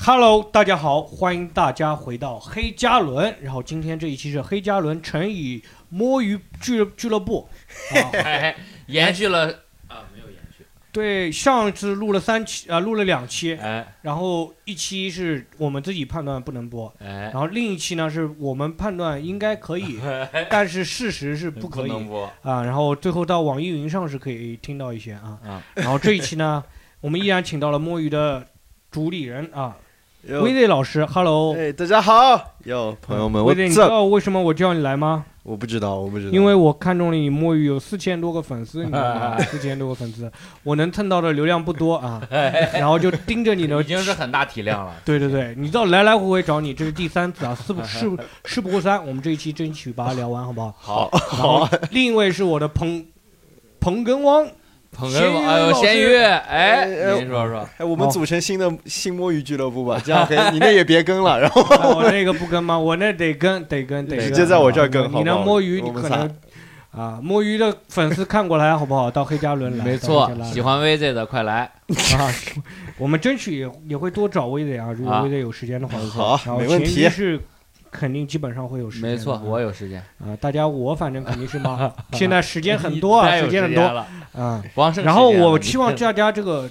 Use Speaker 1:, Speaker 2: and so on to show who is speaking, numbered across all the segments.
Speaker 1: Hello，大家好，欢迎大家回到黑加仑。然后今天这一期是黑加仑乘以摸鱼俱俱乐 部。啊
Speaker 2: 哎，延续了啊，没有延续。
Speaker 1: 对，上次录了三期啊、录了两期，
Speaker 2: 哎
Speaker 1: 然后一期是我们自己判断不能播，
Speaker 2: 哎
Speaker 1: 然，后另一期呢是我们判断应该可 以，但是事实是不可以
Speaker 2: 能播。
Speaker 1: 啊。然后最后到网易云上是可以听到一些啊。
Speaker 2: 啊
Speaker 1: 然后这一期呢，我们依然请到了摸鱼的主理人 啊，
Speaker 3: 哟
Speaker 1: 威，烈老师，Hello。
Speaker 3: 哎，大家好，哟，朋友们，
Speaker 1: 威
Speaker 3: 我
Speaker 1: 烈，你知
Speaker 3: 这
Speaker 1: 道为什么我叫你来吗？
Speaker 3: 我不知道，我不知道，
Speaker 1: 因为我看中了你摸鱼有四千多个粉丝，你知道 吗？四千多个粉丝，我能蹭到的流量不多啊，
Speaker 3: 哎
Speaker 1: 然后就盯着你的
Speaker 2: 已。经是很大体量了。
Speaker 1: 对对对，你到来来回回找你，这是第三次啊，事 不事不事不过三，我们这一期争取把它聊完，好不好？
Speaker 2: 好，
Speaker 1: 好。 另一位是我的朋朋根汪，
Speaker 2: 捧
Speaker 1: 咸
Speaker 2: 哏，
Speaker 1: 鱼
Speaker 2: 哎呦，
Speaker 1: 老师
Speaker 2: 咸鱼，哎，
Speaker 3: 哎哎
Speaker 2: 您说说，
Speaker 3: 哎，我们组成新的新摸鱼俱乐部吧，这样可以，你那也别跟了，然后
Speaker 1: 啊我那个不跟吗？我那得跟，得跟，得跟
Speaker 3: 直接在我这儿跟
Speaker 1: 啊你
Speaker 3: 好不
Speaker 1: 那
Speaker 3: 好
Speaker 1: 摸鱼，你
Speaker 3: 我们
Speaker 1: 可
Speaker 3: 仨
Speaker 1: 能啊，摸鱼的粉丝看过来啊好不好？到黑加仑来，
Speaker 2: 没
Speaker 1: 到
Speaker 2: 错
Speaker 1: 黑，加仑来
Speaker 2: 喜欢 VZ 的快来，
Speaker 1: 啊，我们争取也也会多找威磊啊，如果
Speaker 2: 啊
Speaker 1: 威磊有时间的话，
Speaker 3: 好
Speaker 1: 然后
Speaker 3: 没问
Speaker 1: 前
Speaker 3: 题
Speaker 1: 提是肯定基本上会有时间的啊。
Speaker 2: 没错，我有时间，
Speaker 1: 啊，大家我反正肯定是忙，现在时间很多啊，
Speaker 2: 太有
Speaker 1: 时间很
Speaker 2: 间
Speaker 1: 多
Speaker 2: 了，
Speaker 1: 啊。
Speaker 2: 光剩
Speaker 1: 然后
Speaker 2: 时间了
Speaker 1: 我希望
Speaker 2: 你
Speaker 1: 大家这个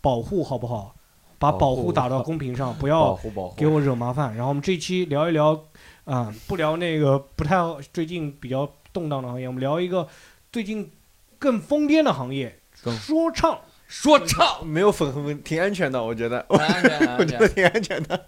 Speaker 1: 保护好不好？把
Speaker 2: 保
Speaker 1: 保护
Speaker 2: 护
Speaker 1: 打到公屏上，不
Speaker 2: 保
Speaker 1: 要
Speaker 2: 护保护，
Speaker 1: 给我惹麻烦。然后我们这期聊一聊啊，不聊那个不太好最近比较动荡的行业，我们聊一个最近更疯癫的行业
Speaker 2: 更
Speaker 1: ——说唱。
Speaker 2: 说唱，
Speaker 3: 没有粉红挺安全的，我 觉得，
Speaker 2: 安全安
Speaker 3: 我觉得
Speaker 2: 全，
Speaker 3: 挺安全的，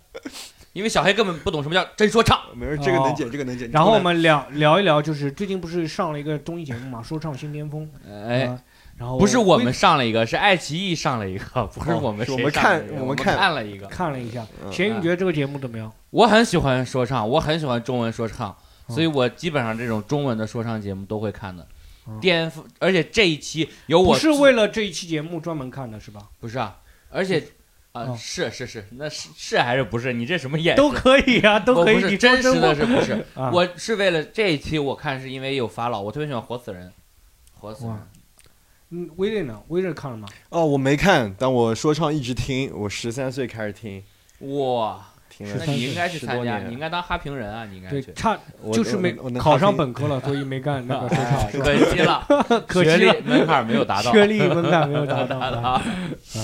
Speaker 2: 因为小黑根本不懂什么叫真说唱，
Speaker 3: 没事，这个能解，这个能解。
Speaker 1: 然后我
Speaker 3: 你
Speaker 1: 们聊聊一聊，就是最近不是上了一个综艺节目嘛，《说唱新巅峰》
Speaker 2: 哎。
Speaker 1: 啊然后
Speaker 2: 不是我们
Speaker 1: 微
Speaker 2: 上了一个，是爱奇艺上了一个，不是
Speaker 3: 哦
Speaker 2: 我们
Speaker 3: 是
Speaker 2: 谁
Speaker 3: 我们
Speaker 2: 上了
Speaker 3: 看
Speaker 2: 一个
Speaker 3: 我
Speaker 2: 我
Speaker 3: 们看
Speaker 2: 看了一个。
Speaker 1: 看了一下，
Speaker 3: 嗯
Speaker 1: 咸鱼
Speaker 2: 嗯
Speaker 1: 你觉得这个节目怎么样？
Speaker 2: 我很喜欢说唱，我很喜欢中文说唱，
Speaker 1: 嗯
Speaker 2: 所以我基本上这种中文的说唱节目都会看的
Speaker 1: 嗯。
Speaker 2: 颠覆，而且这一期有我
Speaker 1: 不是为了这一期节目专门看的是吧？
Speaker 2: 不是啊，而且啊、
Speaker 1: 嗯
Speaker 2: 是是是，那是是还是不是？你这什么眼神
Speaker 1: 都可以啊，都
Speaker 2: 哎我
Speaker 1: 可以。
Speaker 2: 不
Speaker 1: 你说
Speaker 2: 是真实的
Speaker 1: 话
Speaker 2: 是不是？
Speaker 1: 啊
Speaker 2: 我是为了这一期我看是因为有法老，我特别喜欢活死人，活死人
Speaker 1: 哇嗯，威瑞呢？威瑞看了吗？
Speaker 3: 哦，我没看，但我说唱一直听，我十三岁开始听，
Speaker 2: 哇，
Speaker 3: 听
Speaker 2: 那
Speaker 3: 了
Speaker 2: 你应该去
Speaker 3: 十
Speaker 2: 参
Speaker 3: 多
Speaker 2: 加，
Speaker 3: 年
Speaker 2: 你应该当哈评人啊，你应该
Speaker 1: 对，
Speaker 2: 去。
Speaker 1: 差
Speaker 3: 我
Speaker 1: 就是没
Speaker 3: 我我能
Speaker 1: 考
Speaker 3: 哈
Speaker 1: 上
Speaker 3: 评
Speaker 1: 本科了，所以没干那个说 唱，是吧
Speaker 2: 可惜了，
Speaker 1: 可
Speaker 2: 学
Speaker 1: 惜了
Speaker 2: 历门槛没有达到。
Speaker 1: 学 历门槛没有达到。
Speaker 2: 达
Speaker 1: 啊
Speaker 2: 到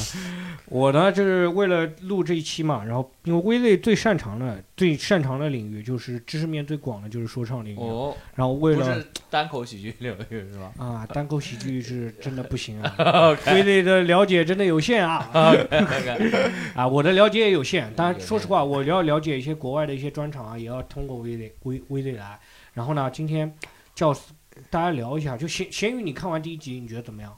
Speaker 1: 我呢，就是为了录这一期嘛，然后因为威瑞最擅长的、最擅长的领域就是知识面最广的，就是说唱领域。
Speaker 2: 哦，
Speaker 1: 然后为
Speaker 2: 不
Speaker 1: 了
Speaker 2: 是单口喜剧领域 是吧？
Speaker 1: 啊，单口喜剧是真的不行啊，对这的了解真的有限啊啊，我的了解也有限。当然，说实话，我要了解一些国外的一些专场啊，也要通过微队微微队来。然后呢，今天叫大家聊一下，就咸咸鱼，你看完第一集你觉得怎么样？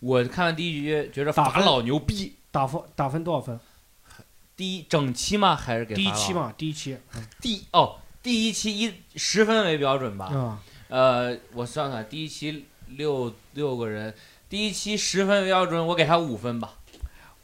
Speaker 2: 我看完第一集觉着
Speaker 1: 打
Speaker 2: 法
Speaker 1: 分
Speaker 2: 老牛逼，
Speaker 1: 打分打分多少分？
Speaker 2: 第一整期吗？还是给啊
Speaker 1: 第一
Speaker 2: 法老
Speaker 1: 期？嘛，第一期嗯
Speaker 2: 第哦，第一期以十分为标准吧。
Speaker 1: 啊，
Speaker 2: 呃，我算算，第一期六六个人，第一期十分为标准，我给他五分吧。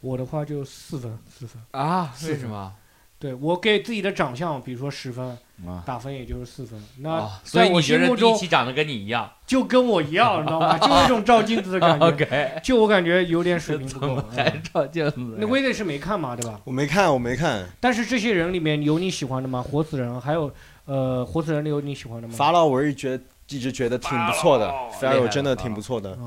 Speaker 1: 我的话就四分，四分。
Speaker 2: 啊？
Speaker 1: 是
Speaker 2: 为什么？
Speaker 1: 对我给自己的长相，比如说十分，
Speaker 2: 啊
Speaker 1: 打分也就是四分。那
Speaker 2: 啊，所
Speaker 1: 在
Speaker 2: 以
Speaker 1: 我
Speaker 2: 你觉
Speaker 1: 心
Speaker 2: 得
Speaker 1: 目
Speaker 2: 第一
Speaker 1: 中
Speaker 2: 期长得跟你一样
Speaker 1: 就跟我一样，你知道 吗？就是一种照镜子的感觉。
Speaker 2: ？OK，
Speaker 1: 就我感觉有点水平不 够。
Speaker 2: 还
Speaker 1: 嗯
Speaker 2: 照镜子
Speaker 1: 那？威队是没看嘛，对吧？
Speaker 3: 我没看，我没看。
Speaker 1: 但是这些人里面有你喜欢的吗？活死人，还有呃，活死人里有你喜欢的吗？
Speaker 3: 法老，我是觉得一直觉得挺不错的
Speaker 2: 法老
Speaker 3: 法
Speaker 2: 厉害
Speaker 3: 老
Speaker 2: 了
Speaker 3: 真的
Speaker 2: 法
Speaker 3: 挺
Speaker 2: 老
Speaker 3: 不错的。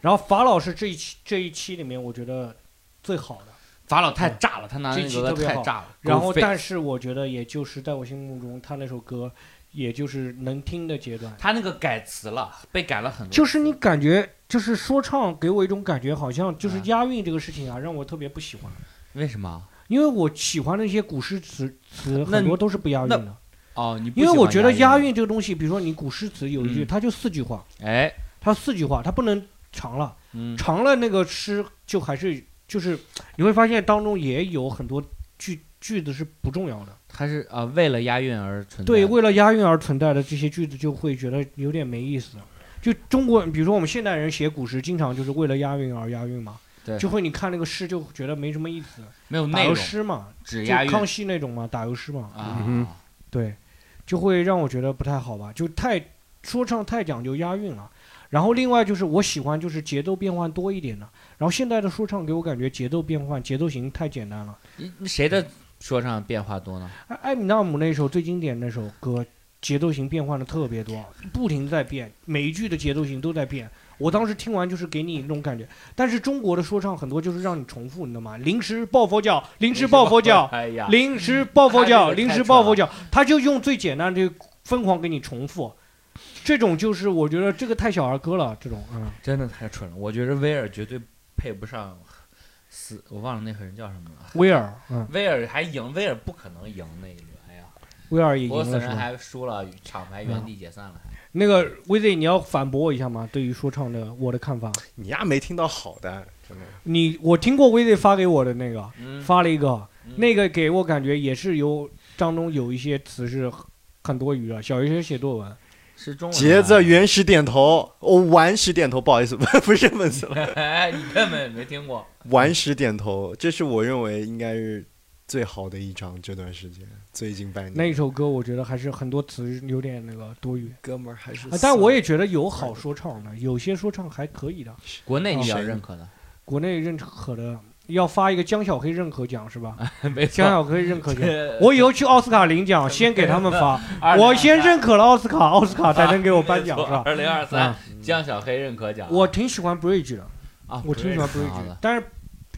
Speaker 1: 然后法老是这一期这一期里面我觉得最好的，
Speaker 2: 法老太炸了，他拿
Speaker 1: 这
Speaker 2: 那
Speaker 1: 期
Speaker 2: 个
Speaker 1: 特别
Speaker 2: 太
Speaker 1: 好
Speaker 2: 炸了。
Speaker 1: 然后
Speaker 2: Goldface
Speaker 1: 但是我觉得也就是在我心目中他那首歌，也就是能听的阶段，
Speaker 2: 他那个改词了，被改了很多。
Speaker 1: 就是你感觉就是说唱给我一种感觉，好像就是
Speaker 2: 啊
Speaker 1: 押韵这个事情啊，让我特别不喜欢。
Speaker 2: 为什么？
Speaker 1: 因为我喜欢的一些古诗词词
Speaker 2: 那
Speaker 1: 很
Speaker 2: 你
Speaker 1: 多都是不押韵
Speaker 2: 那
Speaker 1: 的，
Speaker 2: 哦，你不
Speaker 1: 因为
Speaker 2: 喜
Speaker 1: 我
Speaker 2: 欢
Speaker 1: 觉得押，
Speaker 2: 押
Speaker 1: 韵这个东西，比如说你古诗词有一句，
Speaker 2: 嗯
Speaker 1: 它就四句话，
Speaker 2: 哎，
Speaker 1: 它四句话，它不能长了，
Speaker 2: 嗯，
Speaker 1: 长了那个诗就还是就是你会发现当中也有很多句句子是不重要的，
Speaker 2: 他是啊、呃为了押韵而存在。
Speaker 1: 对，为了押韵而存在的这些句子就会觉得有点没意思。就中国，比如说我们现代人写古诗，经常就是为了押韵而押韵嘛，
Speaker 2: 对
Speaker 1: 就会你看那个诗就觉得没什么意思，
Speaker 2: 没有
Speaker 1: 打
Speaker 2: 内
Speaker 1: 油
Speaker 2: 容，
Speaker 1: 诗嘛，
Speaker 2: 只
Speaker 1: 就
Speaker 2: 押韵
Speaker 1: 康熙那种嘛，打油诗嘛，
Speaker 2: 啊、
Speaker 3: 嗯
Speaker 1: 对，就会让我觉得不太好吧，就太说唱太讲究押韵了。然后另外就是我喜欢就是节奏变换多一点的，然后现在的说唱给我感觉节奏变换节奏型太简单了。
Speaker 2: 你谁的说唱变化多呢？
Speaker 1: 艾艾米纳姆那首最经典的那首歌，节奏型变换的特别多，不停地在变，每一句的节奏型都在变。我当时听完就是给你那种感觉，但是中国的说唱很多就是让你重复，你知道吗？临时抱佛脚，临时抱佛脚，
Speaker 2: 哎呀，
Speaker 1: 临时抱佛脚，
Speaker 2: 他这个太
Speaker 1: 临时抱佛脚，他就用最简单的疯狂给你重复，这种就是我觉得这个太小儿科了，这种嗯，
Speaker 2: 真的太蠢了。我觉得威尔绝对配不上斯，我忘了那个人叫什么了。
Speaker 1: 威尔，嗯，
Speaker 2: 威尔还赢，威尔不可能赢那一轮。哎呀，
Speaker 1: 威尔也
Speaker 2: 不过
Speaker 1: 赢
Speaker 2: 死
Speaker 1: 了是
Speaker 2: 人
Speaker 1: 吧？
Speaker 2: 还输了，厂牌原地解散了。还
Speaker 1: 那个威 Z，你要反驳我一下吗？对于说唱的我的看法，
Speaker 3: 你丫没听到好的，真的。
Speaker 1: 你我听过威 Z 发给我的那个，
Speaker 2: 嗯，
Speaker 1: 发了一个，
Speaker 2: 嗯
Speaker 1: 那个给我感觉也是有当中有一些词是很很多余的，小学生写作
Speaker 2: 嗯
Speaker 1: 文，
Speaker 2: 是 中文。啊
Speaker 3: 杰子，原始点头，哦，顽石点头，不好意思， 不是粉丝了，
Speaker 2: 哎， 你根本没听过。
Speaker 3: 顽石点头，这是我认为应该是最好的一张这段时间，最近半年。
Speaker 1: 那一首歌我觉得还是很多词有点那个多余。
Speaker 3: 哥们儿还是
Speaker 1: 啊，但我也觉得有好说唱
Speaker 2: 嗯
Speaker 1: 的，有些说唱还可以的，
Speaker 2: 国内你比较
Speaker 3: 谁
Speaker 2: 认可 的，
Speaker 1: 国内认可的要发一个江小黑认可奖是吧？
Speaker 2: 没错
Speaker 1: 江。小黑认可奖， 我以后去奥斯卡领 奖，先给他们发，我先认可了奥斯卡，奥斯卡才能啊给我颁奖是吧？
Speaker 2: 啊二零二三
Speaker 1: 啊，
Speaker 2: 江小黑认可奖。
Speaker 1: 我挺喜欢 Bridge 的，
Speaker 2: 嗯啊，
Speaker 1: 我挺喜欢
Speaker 2: 不是挺好
Speaker 1: Bridge，
Speaker 2: 的
Speaker 1: 的但是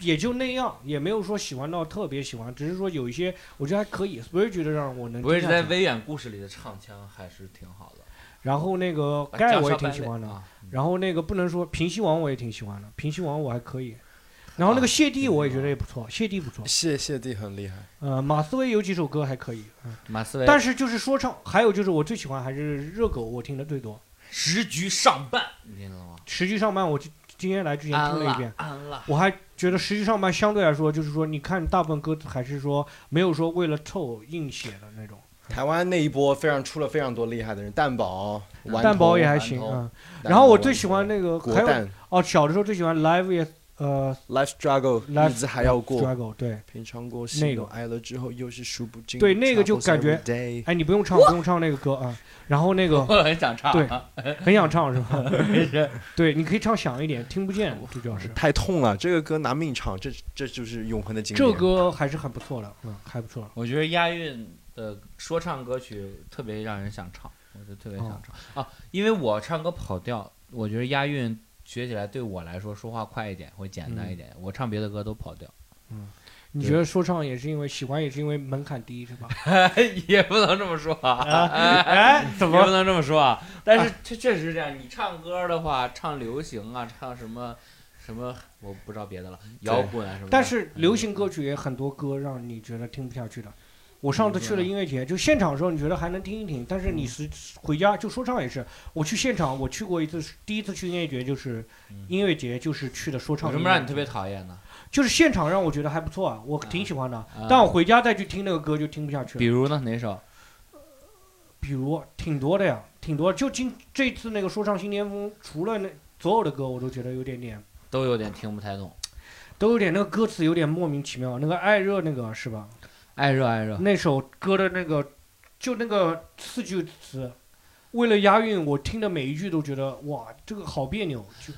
Speaker 1: 也就那样，也没有说喜欢到特别喜欢，只是说有一些我觉得还可以，Bridge 的让我能
Speaker 2: 不是
Speaker 1: 听
Speaker 2: 在
Speaker 1: 下去。
Speaker 2: 微远故事里的唱腔还是挺好的。
Speaker 1: 然后那个
Speaker 2: 啊
Speaker 1: 盖
Speaker 2: 江
Speaker 1: 我也
Speaker 2: 少
Speaker 1: 挺
Speaker 2: 白
Speaker 1: 喜
Speaker 2: 类
Speaker 1: 欢的，
Speaker 2: 啊
Speaker 1: 然后那个不能说平西王我也挺喜欢的，平西王我还可
Speaker 2: 嗯
Speaker 1: 以。然后那个谢帝我也觉得也不错，谢帝不错。
Speaker 3: 谢谢帝很厉害，
Speaker 1: 呃，马思唯有几首歌还可以，嗯
Speaker 2: 马思唯，
Speaker 1: 但是就是说唱，还有就是我最喜欢还是热狗，我听的最多。
Speaker 2: 时局上半，你听懂吗？
Speaker 1: 实际上班我今今天来之前
Speaker 2: 安
Speaker 1: 听了一遍
Speaker 2: 啦，安啦，
Speaker 1: 我还觉得实际上班相对来说就是说，你看大部分歌词还是说没有说为了凑硬写的那种。
Speaker 3: 台湾那一波非常出了非常多厉害的人，蛋堡、顽
Speaker 1: 蛋堡
Speaker 3: 童
Speaker 1: 也还
Speaker 2: 顽
Speaker 1: 行
Speaker 2: 童
Speaker 1: 啊、嗯
Speaker 3: 蛋堡
Speaker 1: 然后我最喜欢那个
Speaker 3: 国
Speaker 1: 还有
Speaker 3: 蛋
Speaker 1: 哦，小的时候最喜欢 Live 也呃
Speaker 3: Life Struggle，
Speaker 1: Live
Speaker 3: 日子还要过，
Speaker 1: Struggle 对。
Speaker 3: 品尝过
Speaker 1: 那
Speaker 3: 喜
Speaker 1: 个
Speaker 3: 怒哀乐之后，又是数不尽。
Speaker 1: 对那个就感觉
Speaker 3: Troubles every day
Speaker 1: 哎，你不用唱，不用唱那个歌啊、然后那个
Speaker 2: 我很想唱。啊
Speaker 1: 对很想唱是吧？对，你可以唱响一点，听不见，主要是
Speaker 3: 太痛了，这个歌拿命唱，这这就是永恒的经典。
Speaker 1: 这歌还是很不错的，嗯，还不错。
Speaker 2: 我觉得押韵的呃说唱歌曲特别让人想唱，我就特别想唱、
Speaker 1: 哦
Speaker 2: 啊，因为我唱歌跑调，我觉得押韵学起来对我来说说话快一点，会简单一点。
Speaker 1: 嗯
Speaker 2: 我唱别的歌都跑调，
Speaker 1: 你
Speaker 2: 对
Speaker 1: 觉得说唱也是因为喜欢，也是因为门槛低 是吧？
Speaker 2: 也不能这么说啊，
Speaker 1: 哎，怎
Speaker 2: 也不能这么说啊。但是这确实是这样，你唱歌的话，唱流行啊，唱什么什么，我不知道别的了，摇滚啊什么的。
Speaker 1: 但是流行歌曲也很多歌让你觉得听不下去的。我上次去了音乐节，就现场的时候你觉得还能听一听，但是
Speaker 2: 嗯
Speaker 1: 你是回家就说唱也是。我去现场，我去过一次，第一次去音乐节就是
Speaker 2: 嗯
Speaker 1: 音乐节就是去的说唱
Speaker 2: 有
Speaker 1: 音
Speaker 2: 什
Speaker 1: 乐节。
Speaker 2: 么让你特别讨厌呢？
Speaker 1: 就是现场让我觉得还不错啊，我挺喜欢的。
Speaker 2: 啊
Speaker 1: 但我回家再去听那个歌就听不下去了
Speaker 2: 比。如呢，哪首？
Speaker 1: 比如挺多的呀，挺多。就今这次那个说唱新巅峰，除了那所有的歌，我都觉得有点点，
Speaker 2: 都有点听不太懂。
Speaker 1: 都有点那个歌词有点莫名其妙。那个艾热那个是吧？
Speaker 2: 爱热爱热，
Speaker 1: 那首歌的那个，就那个四句词，为了押韵，我听的每一句都觉得哇，这个好别扭。就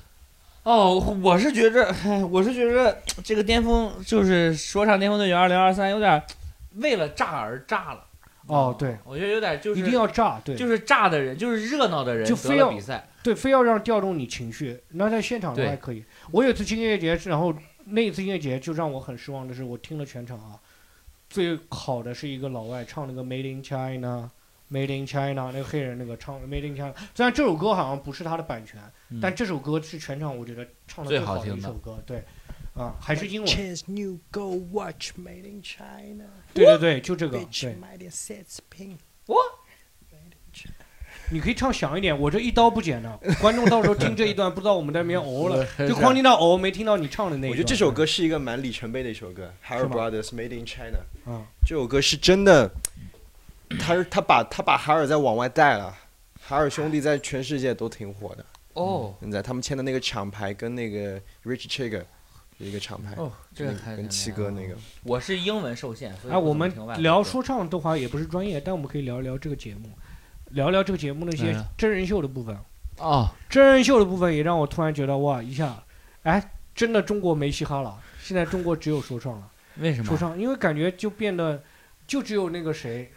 Speaker 2: 哦，我是觉着， 唉我是觉着这个巅峰就是说唱巅峰队员二零二三有点儿为了炸而炸了。啊
Speaker 1: 哦，对，
Speaker 2: 我觉得有点就是
Speaker 1: 一定要炸，对，
Speaker 2: 就是炸的人，就是热闹的人
Speaker 1: 就
Speaker 2: 得
Speaker 1: 非
Speaker 2: 了
Speaker 1: 要
Speaker 2: 比赛。
Speaker 1: 对，非要让调动你情绪。那在现场的
Speaker 2: 对
Speaker 1: 话还可以。我有一次去音乐节，然后那一次音乐节就让我很失望的是，我听了全场啊，最好的是一个老外唱那个《Made in China》。Made in China，那个黑人那个唱 Made in China，虽然这首歌好像不是他的版权，
Speaker 2: 嗯
Speaker 1: 但这首歌是全场我觉得唱的
Speaker 2: 最好
Speaker 1: 好
Speaker 2: 听
Speaker 1: 一
Speaker 2: 的
Speaker 1: 首歌，对，啊，还是英文，
Speaker 4: Chance new go watch made in China.
Speaker 1: 对对对，就这个，
Speaker 4: Bitch
Speaker 1: 对，
Speaker 4: might have said pink.
Speaker 1: 你可以唱响一点，我这一刀不剪的，观众到时候听这一段不知道我们在 那边哦 了，就光听到哦，没听到你唱的那一段。
Speaker 3: 啊我觉得这首歌是一个蛮里程碑的一首歌，《
Speaker 1: 是
Speaker 3: Harry
Speaker 1: 吗
Speaker 3: Brothers Made in China》。
Speaker 1: 嗯，
Speaker 3: 这首歌是真的，他是他把他把海尔在往外带了，海尔兄弟在全世界都挺火的。
Speaker 2: 哦
Speaker 3: 现在他们签的那个厂牌跟那个 Rich Chigga 有一个厂牌，
Speaker 2: 哦，这
Speaker 3: 那
Speaker 2: 个
Speaker 3: 个
Speaker 2: 太
Speaker 3: 跟七哥那个，
Speaker 2: 我是英文受限，所以
Speaker 1: 哎，我们聊
Speaker 2: 说
Speaker 1: 说唱的话也不是专业，但我们可以聊一聊这个节目，聊聊这个节目那些
Speaker 2: 嗯
Speaker 1: 真人秀的部分。
Speaker 2: 哦，
Speaker 1: 真人秀的部分也让我突然觉得哇，一下，哎，真的中国没嘻哈了，现在中国只有说唱了，
Speaker 2: 为什么
Speaker 1: 说？唱，因为感觉就变得就只有那个谁，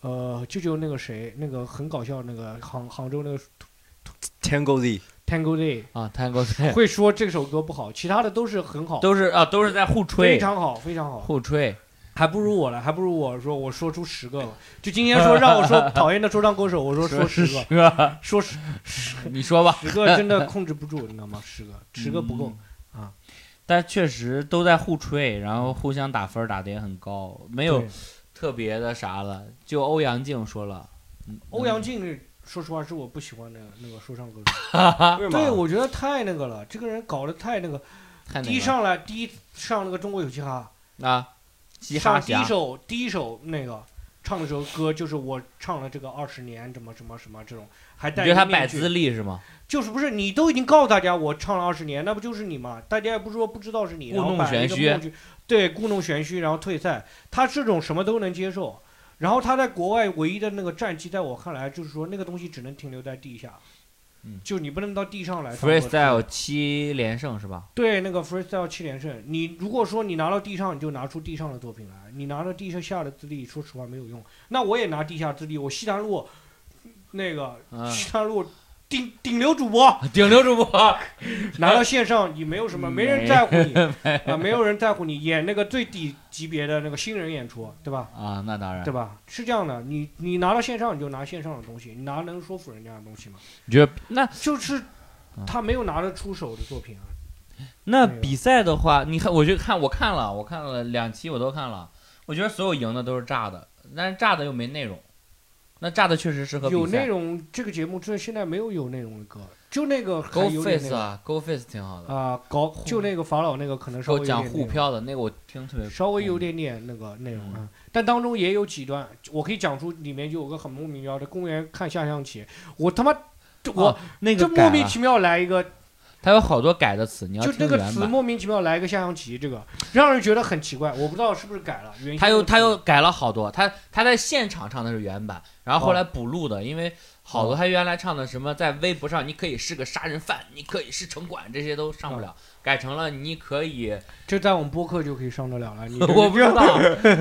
Speaker 1: 呃，就只有那个谁，那个很搞笑那个杭杭州那个
Speaker 3: Tango Z，
Speaker 1: Tango Day
Speaker 2: 啊，探戈对，
Speaker 1: 会说这首歌不好，其他的都是很好，
Speaker 2: 都是啊，都是在互
Speaker 1: 非
Speaker 2: 吹，
Speaker 1: 常好，非常好，
Speaker 2: 互吹。
Speaker 1: 还不如我了，还不如我说我说出十个吧，就今天说让我说讨厌的说唱歌手，我说说十个，
Speaker 2: 个，
Speaker 1: 说十十
Speaker 2: 你说吧。
Speaker 1: 十个真的控制不住，你知道吗？十个 十个不够，
Speaker 2: 嗯
Speaker 1: 啊，
Speaker 2: 但确实都在互吹，然后互相打分儿打的也很高，没
Speaker 1: 没
Speaker 2: 有特别的啥了。就欧阳靖说了，嗯
Speaker 1: 欧阳靖，说实话是我不喜欢的那个说唱歌手。
Speaker 3: 为什
Speaker 1: 对，
Speaker 3: 么？
Speaker 1: 我觉得太那个了，这个人搞得太那个。
Speaker 2: 太那
Speaker 1: 第一
Speaker 2: 嗯个
Speaker 1: 上来，第一上那个中国有嘻哈，
Speaker 2: 啊，嘻哈
Speaker 1: 上第一
Speaker 2: 侠
Speaker 1: 首第一首那个唱的首歌就是我唱了这个二十年，怎么怎么什么这种，还
Speaker 2: 你
Speaker 1: 戴
Speaker 2: 觉得
Speaker 1: 着
Speaker 2: 他
Speaker 1: 面
Speaker 2: 摆
Speaker 1: 具
Speaker 2: 资历是吗？
Speaker 1: 就是不是你都已经告诉大家我唱了二十年，那不就是你吗？大家也不说不知道是你，
Speaker 2: 故
Speaker 1: 然后
Speaker 2: 弄
Speaker 1: 摆了一
Speaker 2: 玄
Speaker 1: 个
Speaker 2: 虚
Speaker 1: 弄虚，对，故弄玄虚，然后退赛，他这种什么都能接受。然后他在国外唯一的那个战绩，在我看来就是说那个东西只能停留在地下，
Speaker 2: 嗯
Speaker 1: 就你不能到地上来唱歌。
Speaker 2: Freestyle 七连胜是吧？
Speaker 1: 对那个 freestyle 七连胜，你如果说你拿到地上，你就拿出地上的作品来，你拿到地下的资历，说实话没有用。那我也拿地下资历，我西南路那个、
Speaker 2: 嗯，
Speaker 1: 西南路顶顶流主播，
Speaker 2: 顶流主播，
Speaker 1: 拿到线上，你没有什么，没人在乎你啊，没有人在乎你演那个最低级别的那个新人演出，对吧？
Speaker 2: 啊，那当然
Speaker 1: 对。吧？是这样的，你你拿到线上你就拿线上的东西，你拿能说服人家的东西吗？
Speaker 2: 你觉得那
Speaker 1: 就是他没有拿得出手的作品啊，那
Speaker 2: 那
Speaker 1: 个
Speaker 2: 比赛的话，你看，我就看我看了，我看了两期，我都看了。我觉得所有赢的都是炸的，但是炸的又没内容。那炸的确实适合比赛。
Speaker 1: 有内容这个节目这现在没有有内容的歌，就那个还有点内
Speaker 2: GoFace
Speaker 1: 容
Speaker 2: 啊，GoFace 挺好的。
Speaker 1: 啊，搞就那个法老那个可能稍
Speaker 2: 说
Speaker 1: 微有点
Speaker 2: 讲
Speaker 1: 内
Speaker 2: 互
Speaker 1: 容
Speaker 2: 飘的那个，我听特别
Speaker 1: 稍微有点点那个内容啊，
Speaker 2: 嗯
Speaker 1: 但当中也有几段，我可以讲出里面就有个很莫名其妙的公园看下象棋，我他妈我、
Speaker 2: 哦那
Speaker 1: 就
Speaker 2: 个
Speaker 1: 莫
Speaker 2: 改
Speaker 1: 名
Speaker 2: 了，
Speaker 1: 其妙来一个，
Speaker 2: 它有好多改的词，你要
Speaker 1: 就
Speaker 2: 听
Speaker 1: 那个
Speaker 2: 原
Speaker 1: 词
Speaker 2: 版。
Speaker 1: 莫名其妙来一个下象棋，这个让人觉得很奇怪，我不知道是不是改了。原先
Speaker 2: 他又
Speaker 1: 的词
Speaker 2: 他又改了好多，他他在现场唱的是原版，然后后来补录的，因为好
Speaker 1: 哦
Speaker 2: 多他原来唱的什么在微博上你可以是个杀人犯，你可以是城管，这些都上
Speaker 1: 哦
Speaker 2: 不了，改成了你可以，
Speaker 1: 这在我们播客就可以上得了了。你
Speaker 2: 我不知 道，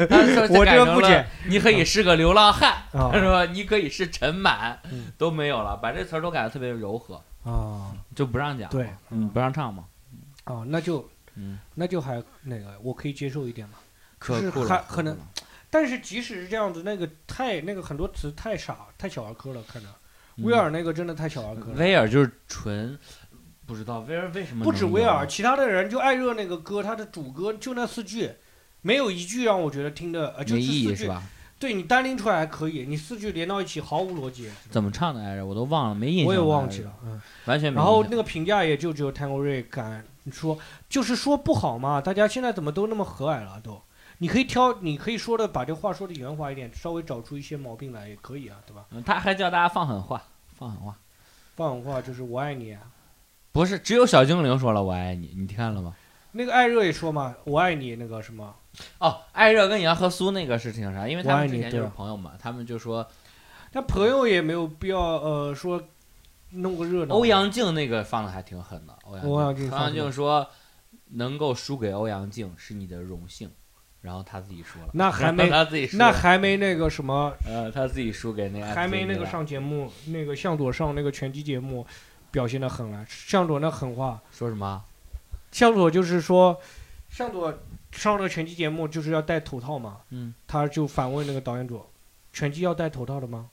Speaker 2: 他说
Speaker 1: 我
Speaker 2: 改
Speaker 1: 这
Speaker 2: 成
Speaker 1: 个不
Speaker 2: 了
Speaker 1: 解
Speaker 2: 你可以是个流浪 汉，
Speaker 1: 啊
Speaker 2: 是吧？你可以是陈满
Speaker 1: 嗯，
Speaker 2: 都没有了，把这词儿都改的特别柔和，
Speaker 1: 啊，
Speaker 2: 就不让讲，
Speaker 1: 对
Speaker 2: 嗯，不让唱嘛，
Speaker 1: 啊，那就
Speaker 2: 嗯，
Speaker 1: 那就还那个我可以接受一点嘛。
Speaker 2: 可
Speaker 1: 是
Speaker 2: 酷
Speaker 1: 还
Speaker 2: 了，
Speaker 1: 可能
Speaker 2: 酷了
Speaker 1: 但是即使是这样子，那个太那个很多词太傻太小儿科了，看着
Speaker 2: 嗯
Speaker 1: 威尔那个真的太小儿科了。
Speaker 2: 威尔就是纯不知道威尔为什么
Speaker 1: 不止
Speaker 2: 能
Speaker 1: 威
Speaker 2: 赢
Speaker 1: 尔，其他的人就艾热那个歌，他的主歌就那四句，没有一句让我觉得听的呃就
Speaker 2: 没
Speaker 1: 这
Speaker 2: 意义
Speaker 1: 四
Speaker 2: 是
Speaker 1: 句
Speaker 2: 吧？
Speaker 1: 对你单拎出来还可以，你四句连到一起毫无逻辑，
Speaker 2: 怎么唱的来着？我都忘了，没印象。
Speaker 1: 我也忘记，了。嗯，
Speaker 2: 完全没
Speaker 1: 然
Speaker 2: 印象。
Speaker 1: 后那个评价也就只有 Tango Ray 敢说，就是说不好嘛，大家现在怎么都那么和蔼了都？你可以挑，你可以说的把这话说的圆滑一点，稍微找出一些毛病来也可以啊，对吧？
Speaker 2: 嗯他还叫大家放狠话，放狠话，
Speaker 1: 放狠话就是我爱你、啊，
Speaker 2: 不是只有小精灵说了我爱你，你看了吗？
Speaker 1: 那个艾热也说嘛，我爱你那个什么，
Speaker 2: 哦，艾热跟杨和苏那个事情啥？因为他
Speaker 1: 我爱
Speaker 2: 们
Speaker 1: 你
Speaker 2: 之前就是
Speaker 1: 对
Speaker 2: 朋友嘛，他们就说
Speaker 1: 但朋友也没有必要呃说弄个热闹。
Speaker 2: 欧阳靖那个放的还挺狠的。欧阳
Speaker 1: 欧阳靖
Speaker 2: 靖，欧
Speaker 1: 放
Speaker 2: 阳
Speaker 1: 得
Speaker 2: 靖说能够输给欧阳靖是你的荣幸，然后他自己说了，
Speaker 1: 那还没
Speaker 2: 他自己说
Speaker 1: 那还没那个什么，
Speaker 2: 呃他自己输给那个
Speaker 1: 还没那个
Speaker 2: FZZ
Speaker 1: 上节目，那个向佐上那个拳击节目，表现的狠了。向佐那狠话，
Speaker 2: 说什么？
Speaker 1: 向佐就是说，向佐上了拳击节目就是要戴头套嘛，
Speaker 2: 嗯，
Speaker 1: 他就反问那个导演组，拳击要戴头套的吗？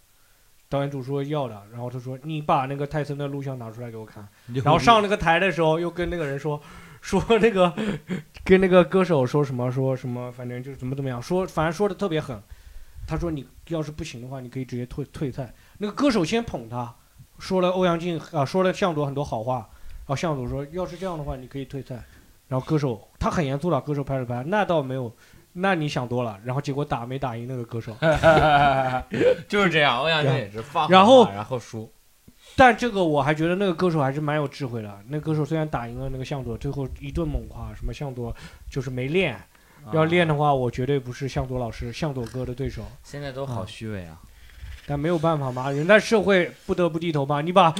Speaker 1: 导演组说要的，然后他说你把那个泰森的录像拿出来给我看，然后上那个台的时候又跟那个人说。说那个，跟那个歌手说什么说什么，反正就是怎么怎么样，说反正说的特别狠。他说你要是不行的话，你可以直接退退赛。那个歌手先捧他，说了欧阳靖啊、说了向佐很多好话。然后向佐说，要是这样的话，你可以退赛。然后歌手他很严肃的，歌手拍了拍，那倒没有，那你想多了。然后结果打没打赢那个歌手，
Speaker 2: 就是这样，欧阳靖也是放狠话，
Speaker 1: 然后
Speaker 2: 然后输。
Speaker 1: 但这个我还觉得那个歌手还是蛮有智慧的。那歌手虽然打赢了那个向佐，最后一顿猛夸，什么向佐就是没练，
Speaker 2: 啊
Speaker 1: 要练的话，我绝对不是向佐老师、向佐哥的对手。
Speaker 2: 现在都好虚伪啊！
Speaker 1: 但没有办法嘛，人在社会不得不低头嘛。你把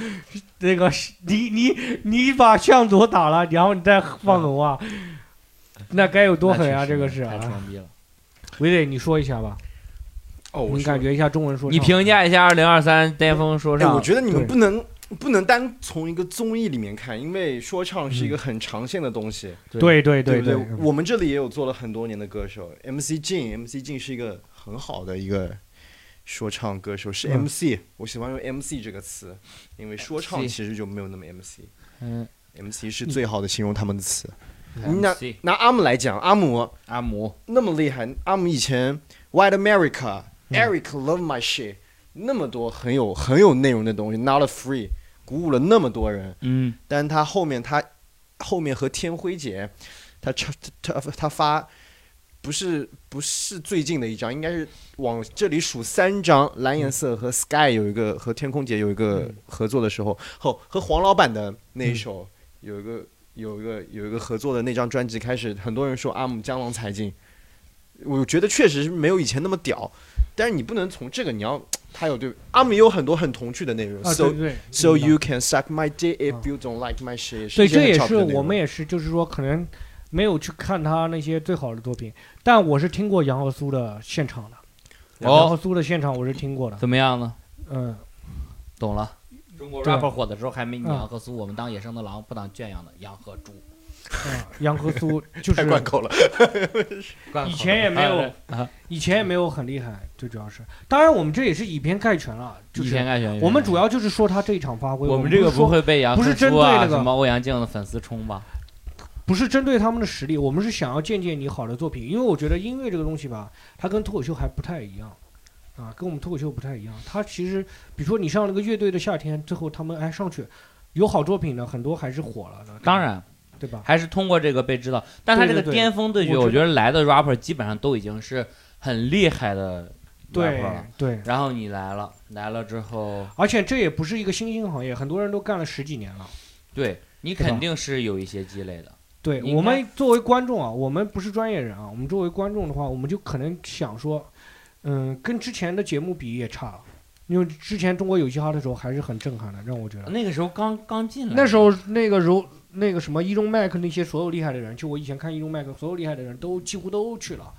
Speaker 1: 那个 你你你把向左打了，然后你再放龙啊，那该有多狠啊！
Speaker 2: 那确
Speaker 1: 这
Speaker 2: 实
Speaker 1: 个是
Speaker 2: 太
Speaker 1: 啊，
Speaker 2: 装 逼了。
Speaker 1: 维磊，你说一下吧，
Speaker 3: 哦，我
Speaker 1: 你
Speaker 3: 说
Speaker 1: 感觉一下中文说唱
Speaker 2: 你评价一下二零二三巅峰说
Speaker 3: 哎，
Speaker 2: 唱？
Speaker 3: 我觉得你们
Speaker 1: 对
Speaker 3: 不能不能单从一个综艺里面看，因为说唱是一个很长线的东西，
Speaker 1: 对对
Speaker 3: 对
Speaker 1: 对
Speaker 3: 不对？我们这里也有做了很多年的歌手，MC Jin，MC Jin 是一个很好的一个说唱歌手，是
Speaker 1: 嗯
Speaker 3: MC，、我喜欢用 MC 这个词，因为说唱
Speaker 2: MC
Speaker 3: 其实就没有那么 MC。
Speaker 2: 嗯，
Speaker 3: MC 是最好的形容他们的词。那
Speaker 2: MC
Speaker 3: 拿阿姆来讲，阿姆
Speaker 2: 阿姆，
Speaker 3: 那么厉害，阿姆以前 White America、Eric Love My Shit 那么多很有很有内容的东西，Not a Free 鼓舞了那么多人，
Speaker 2: 嗯，
Speaker 3: 但是他后面他后面和天辉姐，他唱他他他发不是不是最近的一张，应该是往这里数三张，蓝颜色
Speaker 1: 嗯
Speaker 3: 和 Sky 有一个和天空姐有一个合作的时候，后和黄老板的那一
Speaker 1: 嗯
Speaker 3: 首有一个有一个有一个合作的那张专辑开始，很多人说阿姆江郎才尽，我觉得确实是没有以前那么屌，但是你不能从这个你要。他有对阿姆也有很多很童趣的内容
Speaker 1: 啊，
Speaker 3: ，so
Speaker 1: 对对对
Speaker 3: So
Speaker 1: 嗯
Speaker 3: you can suck my dick if
Speaker 1: 啊
Speaker 3: you don't like my shit。
Speaker 1: 所以
Speaker 3: 一些
Speaker 1: 这
Speaker 3: 很
Speaker 1: 也
Speaker 3: 差
Speaker 1: 是
Speaker 3: 不多的内
Speaker 1: 我
Speaker 3: 容
Speaker 1: 们也是，就是说可能没有去看他那些最好的作品，但我是听过杨和苏的现场的。
Speaker 2: 哦
Speaker 1: 杨和苏的现场我是听过的，
Speaker 2: 怎么样呢？
Speaker 1: 嗯，
Speaker 2: 懂了。中国
Speaker 1: 对
Speaker 2: rap 火的时候还没你
Speaker 1: 嗯
Speaker 2: 羊和苏，我们当野生的狼，不当圈养的羊和猪。
Speaker 1: 嗯杨和 苏就
Speaker 3: 太
Speaker 1: 是
Speaker 3: 贯口了。
Speaker 1: 以前也没有
Speaker 2: 啊，
Speaker 1: 以前也没有很厉害，最主要是，当然我们这也是以偏概全了，就
Speaker 2: 以前
Speaker 1: 是
Speaker 2: 概全。
Speaker 1: 我们主要就是说他这一场发挥，
Speaker 2: 我
Speaker 1: 我
Speaker 2: 们这个
Speaker 1: 不是说
Speaker 2: 会被杨
Speaker 1: 不是
Speaker 2: 和
Speaker 1: 针
Speaker 2: 苏
Speaker 1: 对
Speaker 2: 啊
Speaker 1: 那个
Speaker 2: 什么欧阳靖的粉丝冲吧？
Speaker 1: 不是针对他们的实力，我们是想要见见你好的作品，因为我觉得音乐这个东西吧，它跟脱口秀还不太一样，啊，跟我们脱口秀不太一样。它其实，比如说你上那个乐队的夏天，最后他们哎上去，有好作品的很多还是火了的，
Speaker 2: 当然，
Speaker 1: 对吧？
Speaker 2: 还是通过这个被知道。但他这个
Speaker 1: 对对对
Speaker 2: 巅峰对决，
Speaker 1: 我
Speaker 2: 我
Speaker 1: 知
Speaker 2: 觉得来的 rapper 基本上都已经是很厉害的 rapper
Speaker 1: 对
Speaker 2: 了。
Speaker 1: 对，
Speaker 2: 然后你来了，来了之后，
Speaker 1: 而且这也不是一个新兴行业，很多人都干了十几年了。
Speaker 2: 对你
Speaker 1: 对吧
Speaker 2: 肯定是有一些积累的。
Speaker 1: 对
Speaker 2: 应该
Speaker 1: 我们作为观众啊，我们不是专业人啊，我们作为观众的话，我们就可能想说，嗯，跟之前的节目比也差了，因为之前中国有嘻哈的时候还是很震撼的，让我觉得。
Speaker 2: 那个时候刚刚进来，
Speaker 1: 那时候那个柔那个什么伊中麦克那些所有厉害的人，就我以前看伊中麦克所有厉害的人都几乎都去了，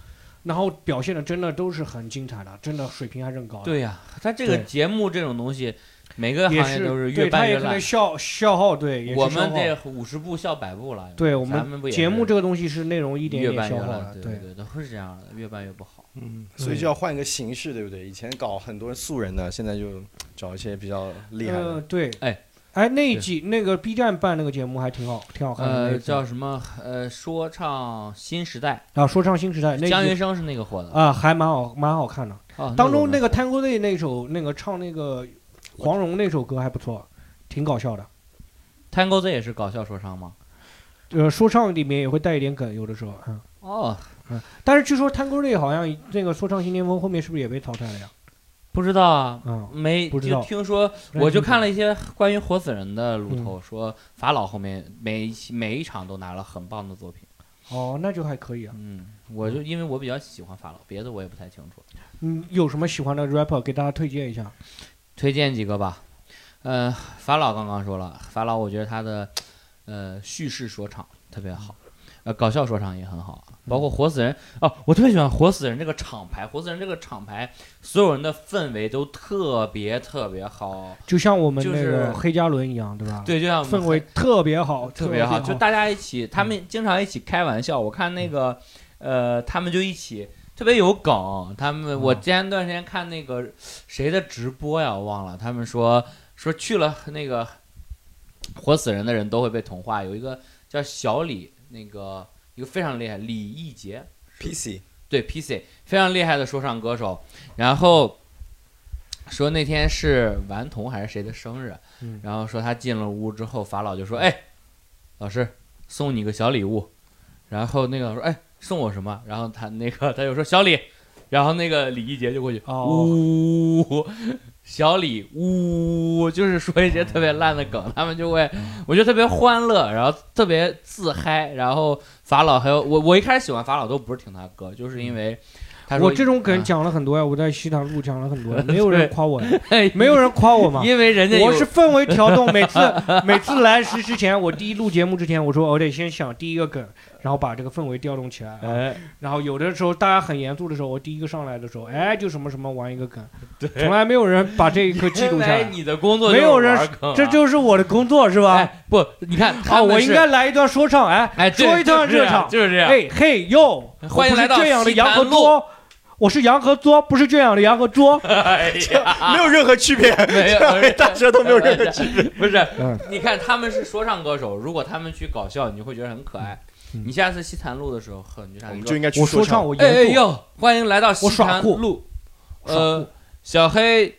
Speaker 1: 然后表现的真的都是很精彩的，真的水平还是很高的。
Speaker 2: 对呀、他这个
Speaker 1: 对
Speaker 2: 节目这种东西，每个
Speaker 1: 也
Speaker 2: 行业
Speaker 1: 是
Speaker 2: 都
Speaker 1: 对，
Speaker 2: 越
Speaker 1: 他
Speaker 2: 办
Speaker 1: 也
Speaker 2: 越
Speaker 1: 可能
Speaker 2: 烂。
Speaker 1: 消消耗，对，也是
Speaker 2: 我
Speaker 1: 消
Speaker 2: 们
Speaker 1: 耗
Speaker 2: 这五十步笑百步了，
Speaker 1: 对我
Speaker 2: 咱
Speaker 1: 们
Speaker 2: 们不也
Speaker 1: 节目
Speaker 2: 是
Speaker 1: 这个东西是内容一点
Speaker 2: 越
Speaker 1: 点
Speaker 2: 办
Speaker 1: 消
Speaker 2: 越
Speaker 1: 耗
Speaker 2: 烂，
Speaker 1: 的，
Speaker 2: 对对，都是这样的，越办越不好。
Speaker 3: 嗯，所以就要换一个形式，对不对？以前搞很多素人的，现在就找一些比较厉害
Speaker 1: 呃，
Speaker 3: 的。
Speaker 1: 对，
Speaker 2: 哎。
Speaker 1: 哎，那一
Speaker 2: 对
Speaker 1: 集那个 B 站办那个节目还挺好，挺好看的。那
Speaker 2: 呃，
Speaker 1: 一集
Speaker 2: 叫什么？呃，说唱新时代，
Speaker 1: 啊，说唱新时代那一
Speaker 2: 江
Speaker 1: 集
Speaker 2: 云生是那个火的。
Speaker 1: 啊，还蛮好，蛮好看的。
Speaker 2: 哦
Speaker 1: 当中那
Speaker 2: 那
Speaker 1: 个 Tango Day 那首那个唱那个黄蓉那首歌还不错，挺搞笑的。
Speaker 2: Tango Z 也是搞笑说唱吗？
Speaker 1: 呃，说唱里面也会带一点梗，有的时候，嗯。
Speaker 2: 哦，
Speaker 1: 但是据说 Tango Day 好像那个说唱新巅峰后面是不是也被淘汰了呀？
Speaker 2: 不知道啊，
Speaker 1: 嗯，
Speaker 2: 没
Speaker 1: 不知
Speaker 2: 就
Speaker 1: 道嗯
Speaker 2: 听说，
Speaker 1: 那
Speaker 2: 我
Speaker 1: 你
Speaker 2: 就
Speaker 1: 怎
Speaker 2: 看
Speaker 1: 么
Speaker 2: 了一些关于活死人的路透，说法老后面每一期每一场都拿了很棒的作品。
Speaker 1: 哦，那就还可以啊。
Speaker 2: 嗯，我就因为我比较喜欢法老，别的我也不太清楚。
Speaker 1: 嗯，有什么喜欢的 rapper 给大家推荐一下？
Speaker 2: 推荐几个吧。呃，法老刚刚说了，法老我觉得他的呃叙事说唱特别好，呃搞笑说唱也很好，包括活死人哦，我特别喜欢活死人这个厂牌，活死人这个厂牌所有人的氛围都特别特别好，
Speaker 1: 就像我们
Speaker 2: 就
Speaker 1: 那个
Speaker 2: 是
Speaker 1: 黑加仑一样，对吧？，
Speaker 2: 对，就像我
Speaker 1: 啊
Speaker 2: 们
Speaker 1: 氛围特别好，
Speaker 2: 特别
Speaker 1: 别
Speaker 2: 好，就大家一起，他们经常一起开玩笑。我看那个，呃，他们就一起特别有梗。他们，我前段时间看那个谁的直播呀，我忘了。他们说说去了那个活死人的人都会被同化，有一个叫小李，那个一个非常厉害，李易杰，
Speaker 3: PC
Speaker 2: 对 PC 非常厉害的说唱歌手，然后说那天是顽童还是谁的生日，
Speaker 1: 嗯
Speaker 2: 然后说他进了屋之后，法老就说：“哎，老师送你个小礼物。”然后那个说：“哎，送我什么？”然后他那个他就说：“小李。”然后那个李易杰就过去，
Speaker 1: 哦
Speaker 2: 呜、小李呜，就是说一些特别烂的梗，他们就会，我觉得特别欢乐，然后特别自嗨，然后法老还有我，我一开始喜欢法老都不是听他歌，就是因为他
Speaker 1: 嗯
Speaker 2: 说
Speaker 1: 我这种梗
Speaker 2: 啊
Speaker 1: 讲了很多呀，我在西塘路讲了很 多，没有人
Speaker 2: 对
Speaker 1: 夸我呀， 没有人夸我嘛。
Speaker 2: 因为人家
Speaker 1: 我
Speaker 2: 有
Speaker 1: 是氛围调动，每 次每次来时之前，我第一录节目之前，我说我得先想第一个梗，然后把这个氛围调动起来啊。
Speaker 2: 哎，
Speaker 1: 然后有的时候大家很严肃的时候，我第一个上来的时候，哎，就什么什么玩一个 梗，从来没有人把这一刻记录下
Speaker 2: 原来
Speaker 1: 来。
Speaker 2: 你的工作
Speaker 1: 没有人
Speaker 2: 就是玩梗啊
Speaker 1: 这就是我的工作是吧？
Speaker 2: 哎不，你看
Speaker 1: 啊，
Speaker 2: 他们
Speaker 1: 我
Speaker 2: 是
Speaker 1: 应该来一段说唱，哎，
Speaker 2: 哎对
Speaker 1: 说一段
Speaker 2: 就是
Speaker 1: 热
Speaker 2: 这样
Speaker 1: 场，
Speaker 2: 就是这样。
Speaker 1: 哎嘿哟，我
Speaker 2: 欢迎
Speaker 1: 不是
Speaker 2: 来到
Speaker 1: 这样的
Speaker 2: 西
Speaker 1: 洋
Speaker 2: 南
Speaker 1: 河
Speaker 2: 路
Speaker 1: 桌，我是洋河桌，不是这样的洋河 桌。
Speaker 2: 哎呀，
Speaker 3: 啊 没有任何区别，
Speaker 2: 没有
Speaker 3: 两位大舌头没有任何区别。
Speaker 2: 不是
Speaker 1: 嗯，
Speaker 2: 你看他们是说唱歌手，如果他们去搞笑，你会觉得很可爱。你下次西坛路的时候，哼，你就上
Speaker 3: 我
Speaker 2: 去
Speaker 3: 们
Speaker 2: 说
Speaker 3: 就应该去
Speaker 1: 我说
Speaker 3: 唱
Speaker 1: 唱，我
Speaker 2: 哎哎
Speaker 1: 严肃，
Speaker 2: 呦，欢迎来到西
Speaker 1: 我耍
Speaker 2: 坛
Speaker 1: 酷
Speaker 2: 路。
Speaker 1: 我耍
Speaker 2: 呃，小黑，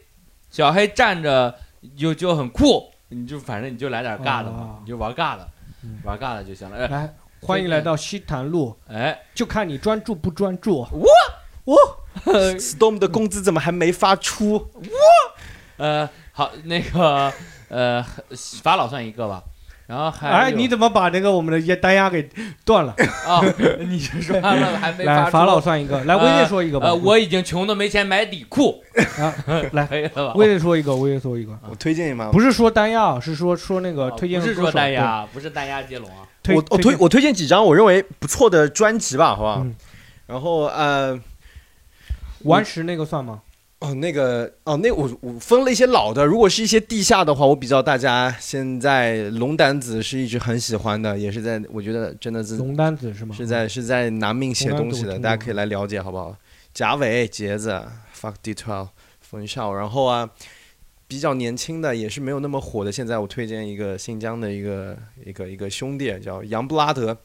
Speaker 2: 小黑站着就就很酷，你就反正你就来点尬的嘛
Speaker 1: 啊，
Speaker 2: 你就玩尬的
Speaker 1: 嗯，
Speaker 2: 玩尬的就行了。
Speaker 1: 来，欢迎来到西坛路，
Speaker 2: 哎，
Speaker 1: 就看你专注不专注。
Speaker 3: Storm 的工资怎么还没发出？
Speaker 2: 呃，好，那个呃，法老算一个吧。然后还
Speaker 1: 哎，
Speaker 2: 有
Speaker 1: 你怎么把那个我们的单压给断 了？
Speaker 2: 啊，你 是说完了还没
Speaker 1: 来，
Speaker 2: 发
Speaker 1: 法
Speaker 2: 出
Speaker 1: 老算一个，来，
Speaker 2: 呃
Speaker 1: 威烈说一个吧。
Speaker 2: 呃，我已经穷的没钱买底裤，
Speaker 1: 啊，来，
Speaker 2: 可以了吧？
Speaker 1: 威烈说一个，威烈说一个。
Speaker 3: 我推荐你吗？
Speaker 1: 不是说单压啊，是说说那个
Speaker 2: 啊
Speaker 1: 推荐
Speaker 2: 不
Speaker 1: 的
Speaker 2: 是
Speaker 1: 歌
Speaker 2: 说
Speaker 1: 手
Speaker 2: 单，压，不是单压接龙啊。
Speaker 1: 对
Speaker 3: 我我哦推
Speaker 1: 荐
Speaker 3: 我推荐几张我认为不错的专辑吧，好不好？
Speaker 1: 嗯
Speaker 3: 然后呃，
Speaker 1: 顽石那个算吗？
Speaker 3: 哦那个哦那我我分了一些老的，如果是一些地下的话，我比较大家现在龙胆子是一直很喜欢的，也是在我觉得真的是
Speaker 1: 龙丹子是吗？
Speaker 3: 嗯是在是在拿命写东西
Speaker 1: 龙胆子我
Speaker 3: 的，
Speaker 1: 听过
Speaker 3: 大家可以来了解好不好？贾伟、杰子、Fuck D Twelve、冯绍，然后啊，比较年轻的也是没有那么火的，现在我推荐一个新疆的一个一个一个兄弟叫杨布拉德，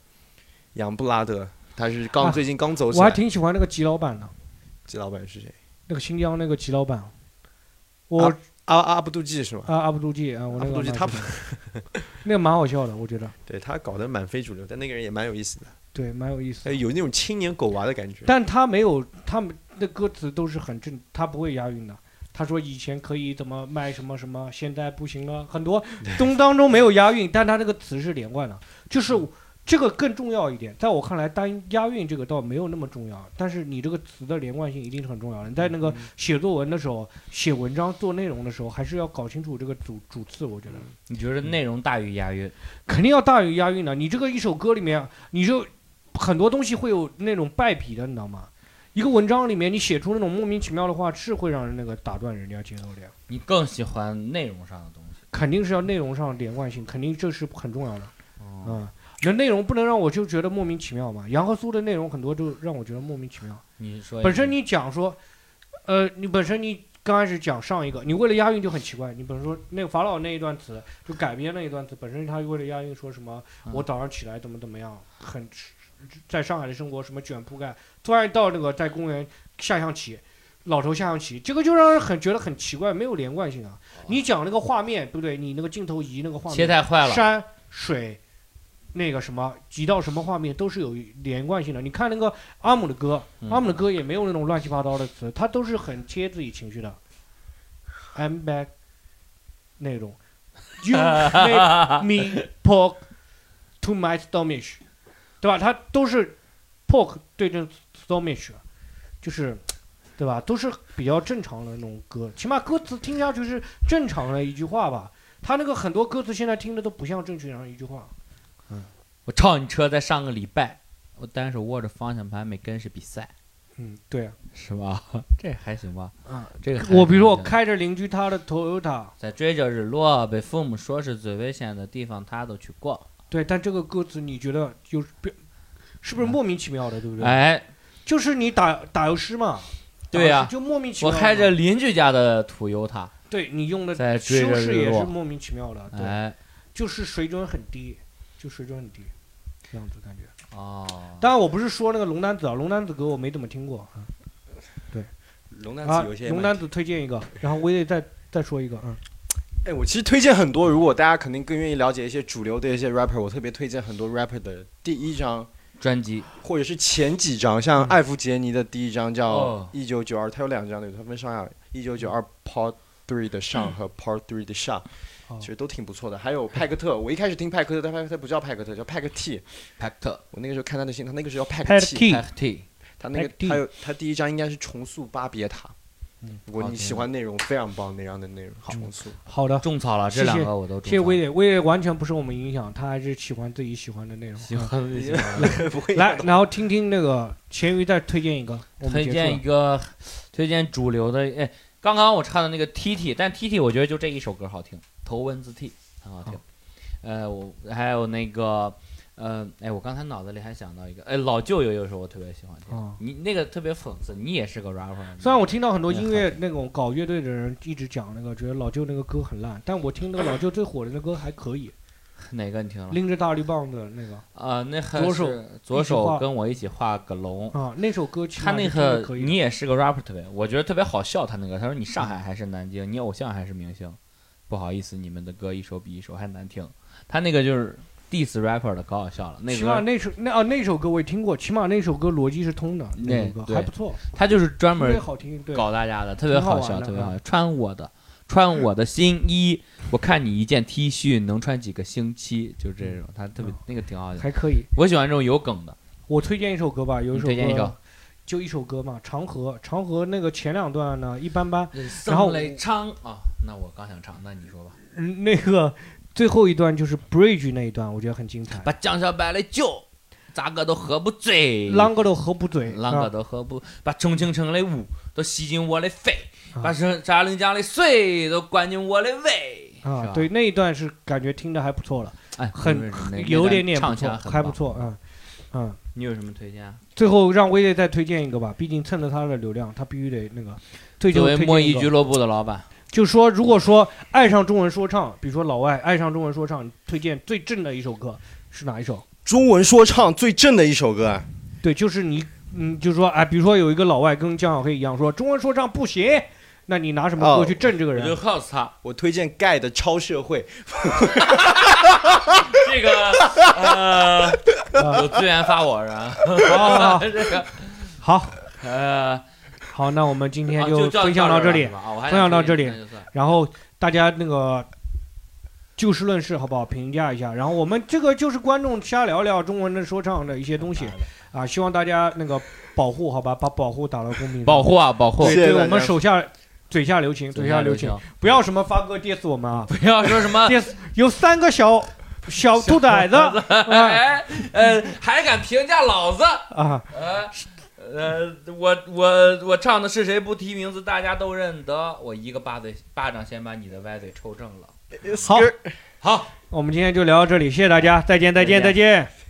Speaker 3: 杨布拉德，他是刚、
Speaker 1: 啊
Speaker 3: 最近刚走起
Speaker 1: 我还
Speaker 3: 来。
Speaker 1: 挺喜欢那个吉老板的，
Speaker 3: 季老板是谁？
Speaker 1: 那个新疆那个吉老板，我
Speaker 3: 阿阿布杜季是吗？
Speaker 1: 啊阿布杜季啊，我那
Speaker 3: 啊阿
Speaker 1: 个
Speaker 3: 布杜季
Speaker 1: 蛮
Speaker 3: 他
Speaker 1: 喜欢的 那个蛮好笑的，我觉得
Speaker 3: 对他搞得蛮非主流，但那个人也蛮有意思的，
Speaker 1: 对蛮有意思
Speaker 3: 哎，
Speaker 1: 的，
Speaker 3: 有那种青年狗娃的感觉。
Speaker 1: 但他没有他们的歌词都是很正，他不会押韵的。他说以前可以怎么卖什么什么，现在不行了，很多东当中没有押韵，但他这个词是连贯的，就是。这个更重要一点，在我看来，单押韵这个倒没有那么重要，但是你这个词的连贯性一定是很重要的。你在那个
Speaker 2: 嗯
Speaker 1: 写作文的时候、写文章做内容的时候，还是要搞清楚这个主主次。我觉得
Speaker 2: 你觉得内容大于押韵？
Speaker 1: 肯定要大于押韵的。你这个一首歌里面，你就很多东西会有那种败笔的，你知道吗？一个文章里面你写出那种莫名其妙的话，是会让人那个打断人家节奏的呀。
Speaker 2: 你更喜欢内容上的东西？
Speaker 1: 肯定是要内容上连贯性，肯定这是很重要的。
Speaker 2: 哦，
Speaker 1: 嗯，那内容不能让我就觉得莫名其妙嘛。杨和苏的内容很多就让我觉得莫名其妙。
Speaker 2: 你说
Speaker 1: 本身你讲说，呃，你本身你刚开始讲上一个，你为了押韵就很奇怪。你比如说那个法老那一段词，就改编那一段词，本身他为了押韵说什么，
Speaker 2: 嗯
Speaker 1: 我早上起来怎么怎么样，很在上海的生活什么卷铺盖，突然到那个在公园下象棋。老头下象棋，这个就让人很觉得很奇怪，没有连贯性啊！你讲那个画面，对不对？你那个镜头移那个画面，
Speaker 2: 哦切太快了，
Speaker 1: 山水，那个什么，几到什么画面都是有连贯性的。你看那个阿姆的歌，
Speaker 2: 嗯
Speaker 1: 阿姆的歌也没有那种乱七八糟的词，它都是很贴自己情绪的。I'm back，那 种。You make me poke to my stomach，对吧？它都是 poke 对正 stomach，就是。对吧？都是比较正常的那种歌，起码歌词听下去是正常的一句话吧。他那个很多歌词现在听的都不像正确上一句话。
Speaker 2: 我超你车在上个礼拜，我单手握着方向盘没跟是比赛，
Speaker 1: 嗯，对啊。
Speaker 2: 是吧？ 这还行吧？
Speaker 1: 啊，
Speaker 2: 这个还
Speaker 1: 我比如说我
Speaker 2: 还行
Speaker 1: 开着邻居他的 Toyota，
Speaker 2: 在追着日落，被父母说是最危险的地方，他都去过。
Speaker 1: 对，但这个歌词你觉得就是不是不是莫名其妙的，对不对？
Speaker 2: 嗯哎，
Speaker 1: 就是你打打油诗嘛。
Speaker 2: 对
Speaker 1: 呀、
Speaker 2: 呀
Speaker 1: 就莫名其
Speaker 2: 我
Speaker 1: 妙嘛。
Speaker 2: 开着邻居家的土优塔，
Speaker 1: 对你用的
Speaker 2: 在追着
Speaker 1: 修饰
Speaker 2: 日
Speaker 1: 也
Speaker 2: 落
Speaker 1: 是莫名其妙的，对，
Speaker 2: 哎，
Speaker 1: 就是水准很低，就水准很低，这样子感觉。
Speaker 2: 哦，
Speaker 1: 当然，我不是说那个龙丹子啊，龙丹子歌我没怎么听过
Speaker 3: 龙胆
Speaker 1: 啊
Speaker 3: 子有一些。。
Speaker 1: 龙丹子推荐一个，然后我也再再说一个，嗯，
Speaker 3: 哎，我其实推荐很多，如果大家肯定更愿意了解一些主流的一些 rapper，我特别推荐很多 rapper 的第一张
Speaker 2: 专辑
Speaker 3: 或者是前几张，像艾弗杰尼的第一张叫《
Speaker 2: 哦
Speaker 3: 一九九二》，它有两张对，它分上下，《一九九二 Part Three》的上和 Part Three 的下，
Speaker 1: 哦
Speaker 3: 其实都挺不错的。还有派克特，我一开始听派克特，但派克特不叫派克特，叫派克 T。
Speaker 2: Pact
Speaker 3: 我那个时候看他的信，他那个时候叫派克
Speaker 1: Pat
Speaker 3: T，
Speaker 1: T，
Speaker 2: Pact T，
Speaker 3: 他那
Speaker 1: Pack D
Speaker 3: 个还有他第一张应该是重塑巴别塔。
Speaker 1: 嗯
Speaker 3: 如果
Speaker 2: 好
Speaker 3: 你
Speaker 2: 听
Speaker 3: 喜欢内容，非常棒那样的内容。重 塑，
Speaker 1: 好的，
Speaker 2: 种草了，
Speaker 1: 谢
Speaker 2: 这
Speaker 1: 谢
Speaker 2: 两个我都种草了。
Speaker 1: 谢谢威廉，威廉完全不受我们影响，他还是喜欢自己喜欢的内容。啊
Speaker 2: 喜欢的
Speaker 3: 你
Speaker 2: 喜欢的
Speaker 3: 不会
Speaker 1: 来，然后听听那个咸鱼再推荐一个，我们
Speaker 2: 推
Speaker 1: 结束
Speaker 2: 荐一
Speaker 1: 了
Speaker 2: 个，推荐主流的。哎，刚刚我唱的那个 T T，但 T T 我觉得就这一首歌好听，头文字 T 很好
Speaker 1: 哦
Speaker 2: 听。呃，我还有那个，呃，哎，我刚才脑子里还想到一个，哎，老舅有一首我特别喜欢听，
Speaker 1: 啊。
Speaker 2: 你那个特别讽刺，你也是个 rapper。
Speaker 1: 虽然我听到很多音乐那种搞乐队的人一直讲那个，觉得老舅那个歌很烂，但我听那个老舅最火的那歌还可以，
Speaker 2: 哪个你听了？
Speaker 1: 拎着大绿棒子那个
Speaker 2: 啊、那还
Speaker 1: 左手
Speaker 2: 是左
Speaker 1: 一起
Speaker 2: 手
Speaker 1: 画
Speaker 2: 跟我一起画个龙。
Speaker 1: 啊，那首歌起
Speaker 2: 他
Speaker 1: 码
Speaker 2: 那
Speaker 1: 是真的
Speaker 2: 个
Speaker 1: 可以
Speaker 2: 你也是个 rapper，特别，我觉得特别好笑。他那个他说你上海还是南京，你偶像还是明星，不好意思，你们的歌一首比一首还难听。他那个就是 diss rapper 的，可好笑了。那
Speaker 1: 起码
Speaker 2: 个
Speaker 1: 那首那啊那首歌我也听过，起码那首歌逻辑是通的，那
Speaker 2: 那
Speaker 1: 首歌
Speaker 2: 对
Speaker 1: 还不错，
Speaker 2: 他就是专
Speaker 1: 特别
Speaker 2: 门
Speaker 1: 好听，对，
Speaker 2: 搞大家的，特别好
Speaker 1: 挺好玩
Speaker 2: 笑，
Speaker 1: 的
Speaker 2: 特别
Speaker 1: 嗯
Speaker 2: 好笑。穿我的，穿我的新衣，我看你一件 T 恤能穿几个星期，就这种，他特别
Speaker 1: 嗯
Speaker 2: 那个挺好笑。
Speaker 1: 还可以。
Speaker 2: 我喜欢这种有梗的，
Speaker 1: 我推荐一首歌吧，有
Speaker 2: 你
Speaker 1: 首
Speaker 2: 推荐一
Speaker 1: 歌
Speaker 2: 首，
Speaker 1: 就一首歌嘛，《长河》。长河那个前两段呢一般般，
Speaker 2: 然
Speaker 1: 然后
Speaker 2: 后唱啊，那我刚想唱，那你说吧。
Speaker 1: 嗯那个最后一段就是 bridge 那一段，我觉得很精彩。
Speaker 2: 把江小白来救，咋个都喝不醉。
Speaker 1: 啷个都合不嘴，
Speaker 2: 啷个
Speaker 1: 啊
Speaker 2: 都喝不，把重庆城的雾都吸进我的肺，
Speaker 1: 啊
Speaker 2: 把是扎楞江的水都灌进我的胃。是
Speaker 1: 啊
Speaker 2: 吧，
Speaker 1: 对，，那一段是感觉听着还不错了，
Speaker 2: 哎，
Speaker 1: 很
Speaker 2: 不是那
Speaker 1: 有点点
Speaker 2: 那
Speaker 1: 不
Speaker 2: 段唱起
Speaker 1: 错，
Speaker 2: 来很
Speaker 1: 还不
Speaker 2: 棒。
Speaker 1: 错啊，嗯。
Speaker 2: 你有什么推荐啊？
Speaker 1: 最后让威烈再推荐一个吧，毕竟蹭着他的流量，他必须得那个。最
Speaker 2: 作
Speaker 1: 后
Speaker 2: 为
Speaker 1: 推
Speaker 2: 墨
Speaker 1: 荐一
Speaker 2: 艺
Speaker 1: 个
Speaker 2: 俱，乐部的老板，
Speaker 1: 就说如果说爱上中文说唱，比如说老外爱上中文说唱，推荐最正的一首歌是哪一首？
Speaker 3: 中文说唱最正的一首歌，啊
Speaker 1: 对，就是你，嗯，就是说，哎，比如说有一个老外跟江小黑一样说中文说唱不行，那你拿什么歌
Speaker 3: 哦
Speaker 1: 去震这个
Speaker 2: 我
Speaker 1: 人？
Speaker 2: 就告诉他
Speaker 3: 我推荐盖的《超社会》。
Speaker 2: 这 个
Speaker 1: 啊
Speaker 2: 呃，有资源发我然
Speaker 1: 好好 好
Speaker 2: 后这个
Speaker 1: 哦好
Speaker 2: 呃，
Speaker 1: 好，那我们今天
Speaker 2: 啊就
Speaker 1: 分享到这里，
Speaker 2: 分
Speaker 1: 分享到这里
Speaker 2: 那就算
Speaker 1: 然后大家那个就事论事好不好？评价一下，然后我们这个就是观众瞎聊聊中文的说唱的一些东西啊，希望大家那个保护好吧，把保护打到公屏上，
Speaker 2: 保护啊，保护，
Speaker 1: 对
Speaker 3: 谢谢
Speaker 1: 对
Speaker 3: 大家
Speaker 1: 我们手下嘴下留情，嘴下留情，不要什么发哥 diss 我们啊，
Speaker 2: 不要说什么
Speaker 1: diss 有三个小小兔崽子啊
Speaker 2: 哎，呃，还敢评价老子？
Speaker 1: 啊，
Speaker 2: 呃，呃，我我我唱的是谁不提名字，大家都认得。我一个巴嘴巴掌先把你的歪嘴抽正了。
Speaker 1: 好
Speaker 2: 好，
Speaker 1: 我们今天就聊到这里，谢谢大家，再见再见
Speaker 2: 再见
Speaker 1: 再见。